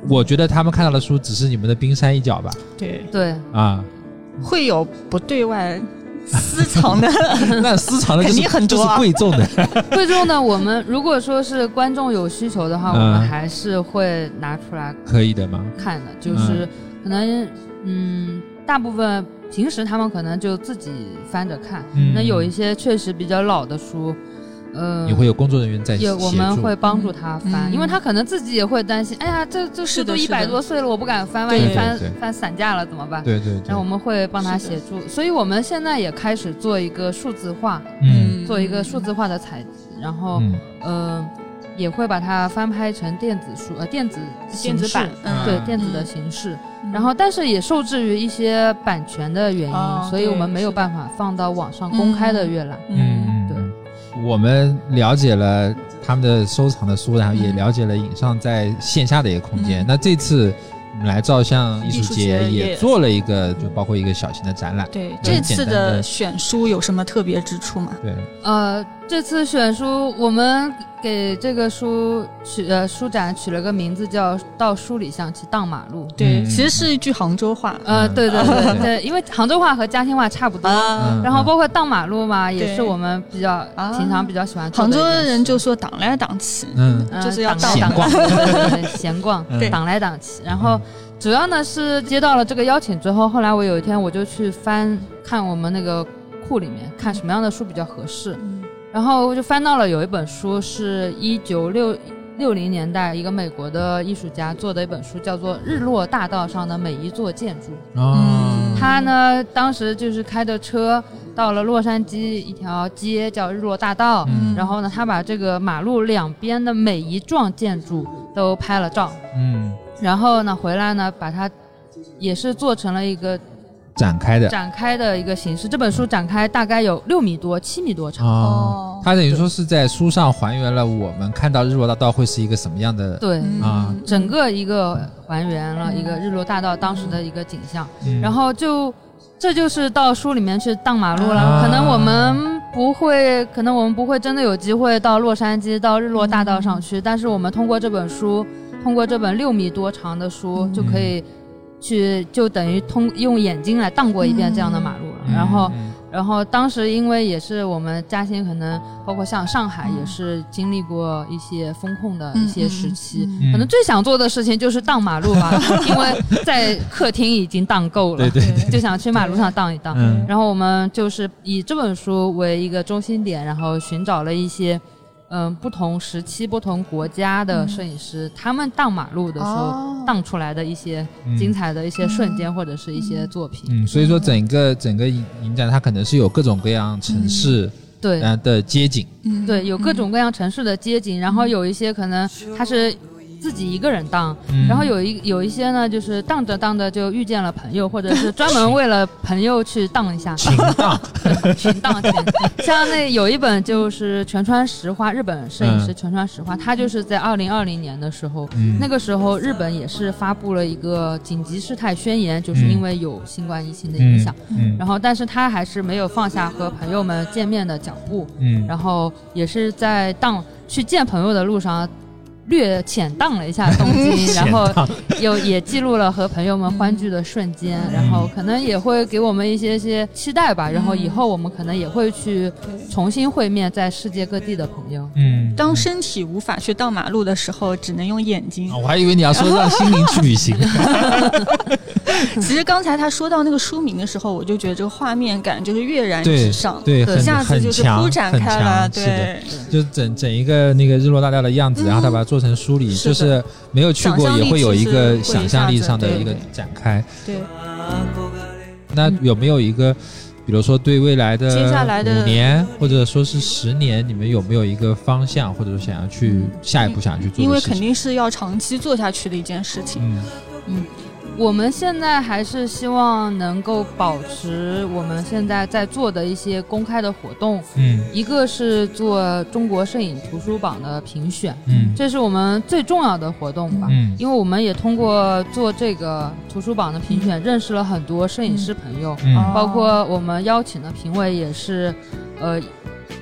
我觉得他们看到的书只是你们的冰山一角吧。
对，
对，
啊，
会有不对外私藏的，
那私藏的就是
肯定很多
就是
啊
贵重的。
最终呢，我们如果说是观众有需求的话，我
嗯
们还是会拿出来
可以的吗？
看的，
嗯
就是可能嗯，大部分平时他们可能就自己翻着看，
嗯
那有一些确实比较老的书，嗯、
你会有工作人员在
也
协
我们
助
会帮助他
嗯
翻，因为他可能自己也会担心，哎呀，这这书
是的
都一
是
百
的
多岁了，我不敢翻，万
对
一
对
翻
对
翻散架了怎么办？
对对
然
对
后我，们会帮他协助，所以我们现在也开始做一个数字化，
嗯
[laughs] 做一个数字化的采集，然后
嗯
嗯、呃也会把它翻拍成电子书呃电子
电
形
子
式
版，嗯
对
嗯
电子的形式，然后但是也受制于一些版权的原因，
哦
所以我
对
们没有
是的
办法放到网上公开的阅览。
嗯
嗯，嗯嗯，我们了解了
嗯
他们的收藏的书，然后也了解了影上在线下的一个空间。那这次我们来照相艺术
艺术
节
节
也
也
做了一个，就包括一个小型的展览。
对
这
很简
次
单
的
的
选书有什么特别之处吗？
对，
呃，这次选书，我们给这个书取呃书展取了个名字叫“到书里巷去荡马路”。
对，
嗯
其实是一句杭州话。
呃，
嗯
对对
嗯 [laughs]
对对，因为杭州话和嘉兴话差不多，
啊，
嗯
呃然后包括荡马路嘛，也是
对
我们比较
啊
平常比较喜欢做
杭
的一
州
件事。
人就说党来党去，
嗯
嗯
就是要
挡
闲
来
逛
挡去，对闲逛
嗯，
挡来挡去。然后主要呢是接到了这个邀请之后，后来我有一天我就去翻看我们那个库里面，看什么样的书比较合适。
嗯
然后我就翻到了有一本书，是一九六六零年代一个美国的艺术家做的一本书，叫做《日落大道上的每一座建筑》。
哦
他呢，当时就是开着车到了洛杉矶一条街叫日落大道，
嗯
然后呢，他把这个马路两边的每一幢建筑都拍了照，
嗯，
然后呢回来呢，把它也是做成了一个
展开的
展开的一个形式。这本书展开大概有六米多、七米多长，
哦，
哦，
他等于说是在书上还原了我们看到日落大道会是一个什么样的
对，
啊，
嗯整个一个还原了一个日落大道当时的一个景象。
嗯
然后就这就是到书里面去荡马路了。
啊
可能我们不会，可能我们不会真的有机会到洛杉矶到日落大道上
嗯
去，但是我们通过这本书，通过这本六米多长的书，
嗯
就可以去就等于通用眼睛来荡过一遍这样的马路了。
嗯
然后。
嗯
然后当时因为也是我们嘉兴，可能包括像上海也是经历过一些风控的一些时期，
嗯
可能最想做的事情就是荡马路吧，
[laughs]
因为在客厅已经荡够了，
对对对，
就想去马路上荡一荡。
嗯
然后我们就是以这本书为一个中心点，然后寻找了一些，嗯，不同时期、不同国家的摄影师，他们荡马路的时候
哦
荡出来的一些
嗯
精彩的一些瞬间或者是一些作品。
嗯，所以说整个整个影影展它可能是有各种各
嗯
样城市
对，
呃的街景，，
嗯
对，有各种各样城市的街景，然后有一些可能他是自己一个人荡，然后有一有一些呢，就是荡着荡着就遇见了朋友，或者是专门为了朋友去荡一下
情
[laughs]
荡，
群荡群。像那有一本就是全川石花，日本摄影师全川石花，他就是在二零二零年的时候，
嗯
那个时候日本也是发布了一个紧急事态宣言，就是因为有新冠疫情的影响，
嗯
然后但是他还是没有放下和朋友们见面的脚步。
嗯，
然后也是在荡去见朋友的路上。略浅荡了一下东京，然后
前荡
又也记录了和朋友们欢聚的瞬间，然后可能也会给我们一些些期待吧。然后以后我们可能也会去重新会面在世界各地的朋友。
嗯，
嗯当身体无法去荡马路的时候，只能用眼睛
啊。我还以为你要说让心灵去
[laughs]
旅行，
其实刚才他说到那个书名的时候，我就觉得这个画面感就是跃然
对
纸上，
对，
一下
很
子
很
就是
强，
铺
很
展开了，
强，是的。
对，
就是整整一个那个日落大道的样子，然后他把它做成书里，
嗯是
就
的
是没有去过
想象
也
力
会有一
其
个
实会
想象力上的
一下子
一个
对对
展开。
对，嗯
那有没有一个，比如说对未来的
接下来的
五年或者说是十年，你们有没有一个方向，或者说想要去下一步想要去做
嗯因
的
为
事
肯
情？
定是要长期做下去的一件事情。
嗯
我们现在还是希望能够保持我们现在在做的一些公开的活动，
嗯
一个是做中国摄影图书榜的评选，
嗯
这是我们最重要的活动吧。
嗯
因为我们也通过做这个图书榜的评选，认识了很多摄影师朋友，
哦
嗯
包括我们邀请的评委也是，呃，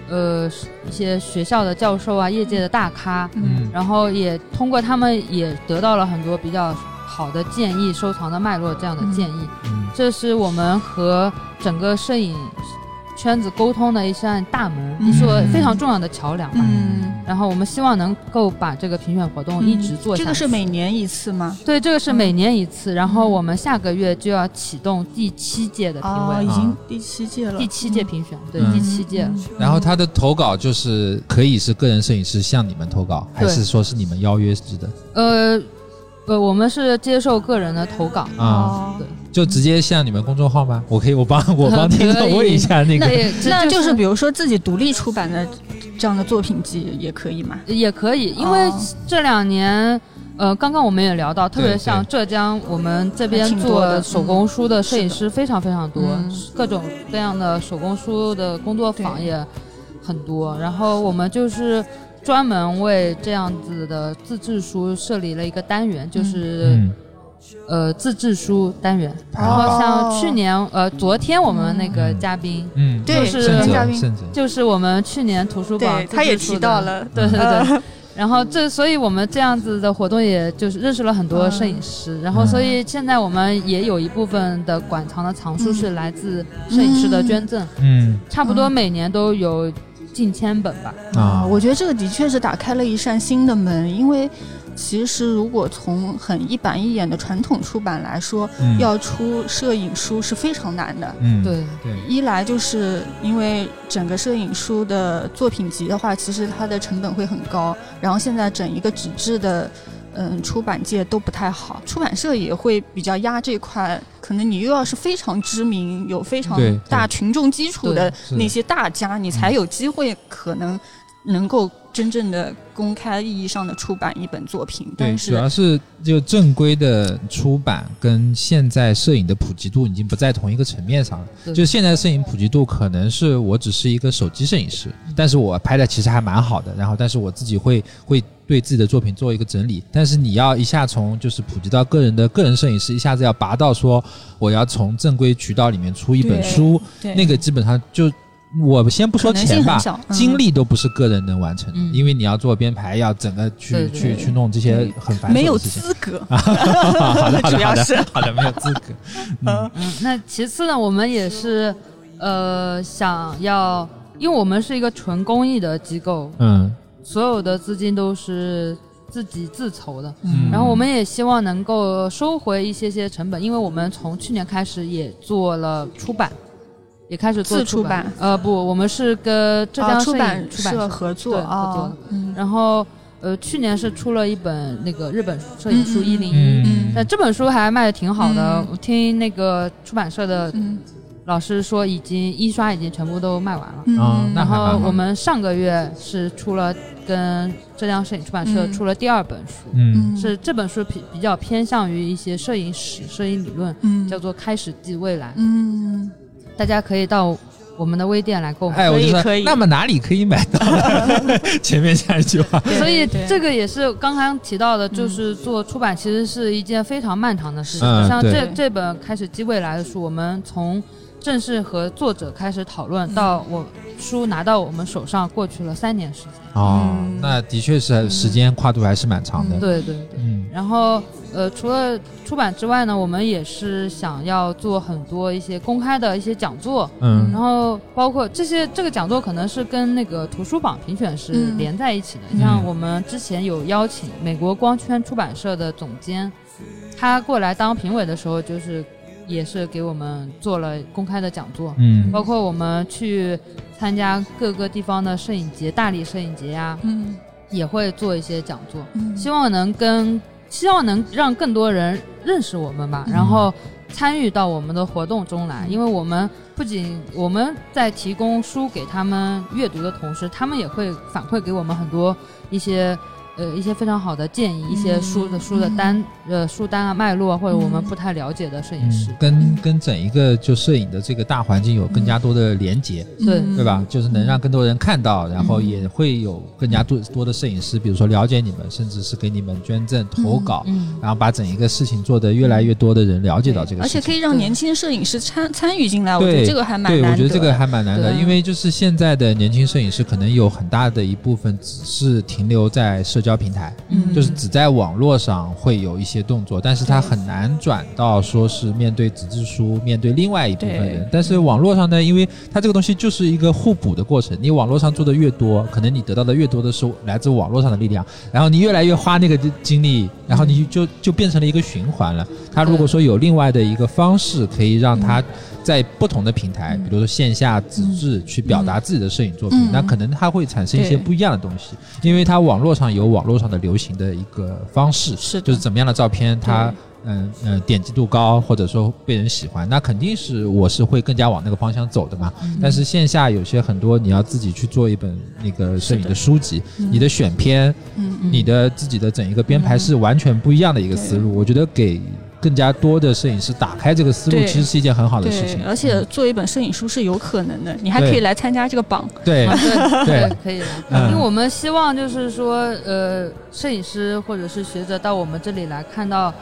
呃，一些学校的教授啊，业界的大咖，
嗯
然后也通过他们也得到了很多比较好的建议，收藏的脉络这样的建议，
嗯
这是我们和整个摄影圈子沟通的一扇大门，
嗯
一座非常重要的桥梁吧。
嗯，
然后我们希望能够把这个评选活动
嗯
一直做下去。
这个是每年嗯一次吗？
对，这个是每年一次，然后我们下个月就要启动第七届的评
哦，
委，
已
啊
经第七届了。
第七届评选，对，
嗯
第七届了。
然后他的投稿就是可以是个人摄影师向你们投稿，还
对
是说是你们邀约制的
呃，呃，我们是接受个人的投稿，
啊？
哦，
对，
就直接向你们公众号吗？我可以，
[laughs]
我帮我帮
可以
听众问一下那个 [laughs]
那也
那
这
就是是比如说自己独立出版的这样的作品集也可以嘛？
也可以，因为
哦
这两年。呃，刚刚我们也聊到，特别
对
像浙江，我们这边
还挺多
嗯
做
的
手工书的摄影
是的
师非常非常多，
嗯
各种各样的手工书的工作坊
对
也很多。然后我们就是专门为这样子的自制书设立了一个单元，就是
嗯
呃自制书单
哦
元。然后像去年呃昨天我们那个嘉宾。
嗯，
对
就是
甚
嘉
至
宾
甚至
就是我们去年图书
对
馆，
他也提到，了，嗯
[laughs] 对对
呃
对。然后这，所以我们这样子的活动，也就是认识了很
嗯
多摄影师。然后，所
嗯
以现在我们也有一部分的馆藏的藏
嗯
书是来自摄影师的捐赠，
嗯
差不多每年都有近千本吧。
啊，
我觉得这个的确是打开了一扇新的门，因为其实如果从很一板一眼的传统出版来说，
嗯
要出摄影书是非常难的。
嗯
对，
对
一来就是因为整个摄影书的作品集的话，其实它的成本会很高，然后现在整一个纸质的。嗯，出版界都不太好，出版社也会比较压这块。可能你又要是非常知名、有非常
对对嗯
大群众基础的
是的
那些大家，你才有机会可能能够真正的公开意义上的出版一本作品。
对，
但
主
是
要是就正规的出版跟现在摄影的普及度已经不在同一个层面上了。
对
就现在摄影普及度，可能是我只是一个手机摄影师，但是我拍的其实还蛮好的，然后但是我自己会会对自己的作品做一个整理。但是你要一下从就是普及到个人的个人摄影师，一下子要拔到说我要从正规渠道里面出一本
对
书，
对
那个基本上就我先不说
可能性
钱吧
很小，嗯
精力都不是个人能完成的，
嗯
因为你要做编排，要整个去
对
去
对
去弄这些很繁
没
琐
有
的 [laughs] 啊事情。
资格。
好的，好的，好
主
的，
要
好
是
的，好的，没有资
[laughs]
格。嗯
嗯，那其次呢，我们也是呃想要，因为我们是一个纯公益的机构，
嗯
所有的资金都是自己自筹的。
嗯，
然后我们也希望能够收回一些些成本，因为我们从去年开始也做了出版，也开始做
自出
出
版
呃，不，我们是跟浙江
啊
摄
出
影
版
出版社
社合作
对
啊，
合
哦
作
嗯
然后呃，去年是出了一本那个日本摄影书一零一。
嗯
那这本书还卖的挺好的，
嗯
我听那个出版社的
嗯
老师说，已经一刷已经全部都卖完了。
嗯
啊那
然
还蛮
后
好
我们上个月是出了跟浙江摄影出版社
嗯
出了第二本书，
嗯
是这本书比比较偏向于一些摄影史、摄影理论，
嗯
叫做《开始即未来》，
嗯，
大家可以到我们的微店来购买。
哎，我就说
可以可，以
那么哪里可以买
[laughs]
到？前面下一句话，
对
所以
对
这个也是刚刚提到的，就是做出版其实是一件非常漫长的事情。
嗯
像
对
这这本《开始即未来》的书，我们从正式和作者开始讨论，到我书拿到我们手上，过去了三年时
嗯
间。
哦，那的确是时间跨度还是蛮长的。
对对对。
嗯
然后，呃，除了出版之外呢，我们也是想要做很多一些公开的一些讲座，
嗯
然后包括这些这个讲座可能是跟那个图书榜评选是
嗯
连在一起的。
嗯
像我们之前有邀请美国光圈出版社的总监，他过来当评委的时候，就是也是给我们做了公开的讲座，
嗯
包括我们去参加各个地方的摄影节，大理摄影节呀、
嗯
也会做一些讲座，
嗯
希望能跟希望能让更多人认识我们吧，
嗯
然后参与到我们的活动中来，因为我们不仅我们在提供书给他们阅读的同时，他们也会反馈给我们很多一些。呃，一些非常好的建
嗯
议，一些书的书的单，呃，书单啊，脉络啊，或者我们不太了解的摄影师
嗯，，跟跟整一个就摄影的这个大环境有更加多的连接。
对
嗯
对吧？就是能让更多人看到，然后也会有更加多多的摄影师，比如说了解你们，甚至是给你们捐赠、投稿，
嗯，
然后把整一个事情做得越来越多的人了解到这个
而
事
且可
情。
以让年轻摄影师参参与进来，我觉
对
得这个还蛮
对，
难
我觉得这个
得
还蛮难的，
对
因为就是现在的年轻摄影师可能有很大的一部分只是停留在社交平台，
嗯
就是只在网络上会有一些动作，但是他很难转到说是面对纸质书，面对另外一部分人
对。
但是网络上呢，因为它这个东西就是一个互补的过程，你网络上做的越多，可能你得到的越多的是来自网络上的力量，然后你越来越花那个精力，然后
嗯
你就就变成了一个循环了。它如果说有另外的一个方式，可以让
嗯
它在不同的平台，比如说线下纸质去表达自己的摄影作品
嗯，
那可能它会产生一些
对
不一样的东西。因为它网络上有网络上的流行的一个方式，
是的
就是怎么样的照片它。嗯嗯，点击度高，或者说被人喜欢，那肯定是我是会更加往那个方向走的嘛。
嗯
但是线下有些很多，你要自己去做一本那个摄影的书籍，你的选片，
嗯
你的自己的整一个编排是完全不一样的一个思路。我觉得给更加多的摄影师打开这个思路，
对
其实是一件很好的事
对
情，。
而且做一本摄影书是有可能的，你还
对
可以来参加这个榜。
对
啊
[laughs]
对
对
可以
嗯
的，因为我们希望就是说，呃，摄影师或者是学者到我们这里来看到，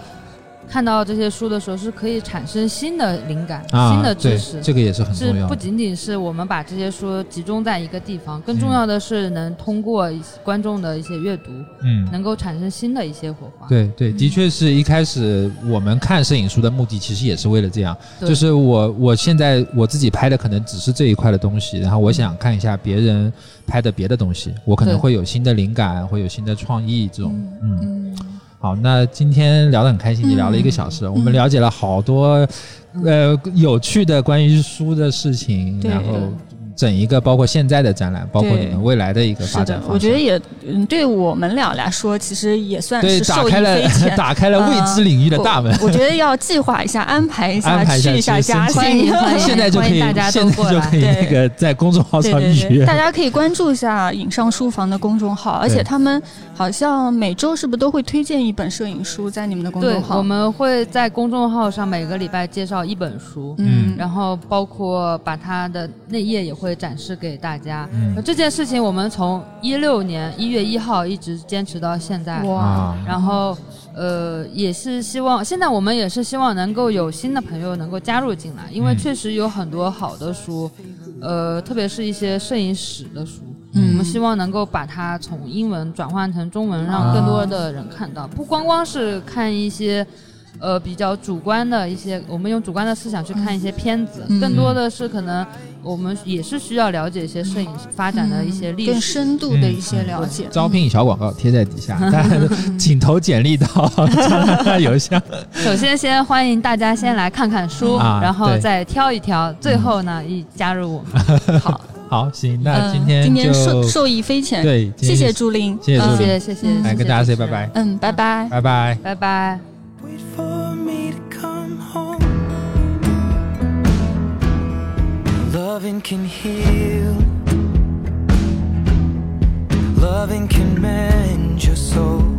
看到这些书的时候，是可以产生新的灵感、
啊，
新的知
对
识。
这个也是很
是
重要
不
的。
仅仅是我们把这些书集中在一个地方，更重要的是能通过一些观众的一些阅读，
嗯，
能够产生新的一些火花。
对对，的
嗯
确是一开始我们看摄影书的目的，其实也是为了这样，
对
就是我我现在我自己拍的可能只是这一块的东西，然后我
嗯
想看一下别人拍的别的东西，我可能
对
会有新的灵感，会有新的创意这种，嗯。
嗯，
好，那今天聊得很开心，也聊
嗯
了一个小时，我们了解了好多，呃，有趣的关于书的事情，
对
然后整一个包括现在的展览，包括
对
你们未来的一个
是
发展
的
方，向。
我觉得也，嗯，对我们俩来说，其实也算
对，
是
打
受益
开了
匪浅。
[laughs]
嗯
打开了未知领域的大门。
我觉得要计划一下，安排一
安
下，
排一下
去一
去
嘉
申
兴。
请
欢迎欢迎，
[laughs] 现在就可
欢
以，
迎大家
现
都
在
过
就可
来。
以
对
那个在公众号
[laughs] 对
上预
对对，
约
大。家可以关注一下影上书房的公众号，而且他们好像每周是不是都会推荐一本摄影书在你们的公
对
众，号？
我们会在公众号上每个礼拜介绍一本书，
嗯
然后包括把它的内页也会展示给大家。
嗯
那这件事情我们从一六年一月一号一直坚持到现在，
哇，
啊，
然后呃也是希望现在我们也是希望能够有新的朋友能够加入进来，因为
嗯
确实有很多好的书，呃特别是一些摄影史的书。
嗯
我们希望能够把它从英文转换成中文，让
啊
更多的人看到，不光光是看一些，呃，比较主观的一些，我们用主观的思想去看一些片子，
嗯
更多的是可能我们也是需要了解一些摄影
嗯
发展的一些历
更
史。
深度的一
嗯
些了解。
招聘小广告贴在底下，大家请投简历到张大邮箱。
[laughs] 首先，先欢迎大家先来看看书，
啊
然后
对嗯
再挑一挑，最后呢，一加入我
[laughs]
们。好，
好，行，那
嗯
今天
今天受
就
受益匪浅，
对，今
谢
天
谢
就
朱琳，
谢谢朱
嗯
琳
谢谢谢谢，
嗯
来
谢谢
跟大家
主
say
持
拜
人
拜，
嗯，拜拜。
拜拜。
拜拜。
Wait for me to come home. Loving can heal. Loving can mend your soul.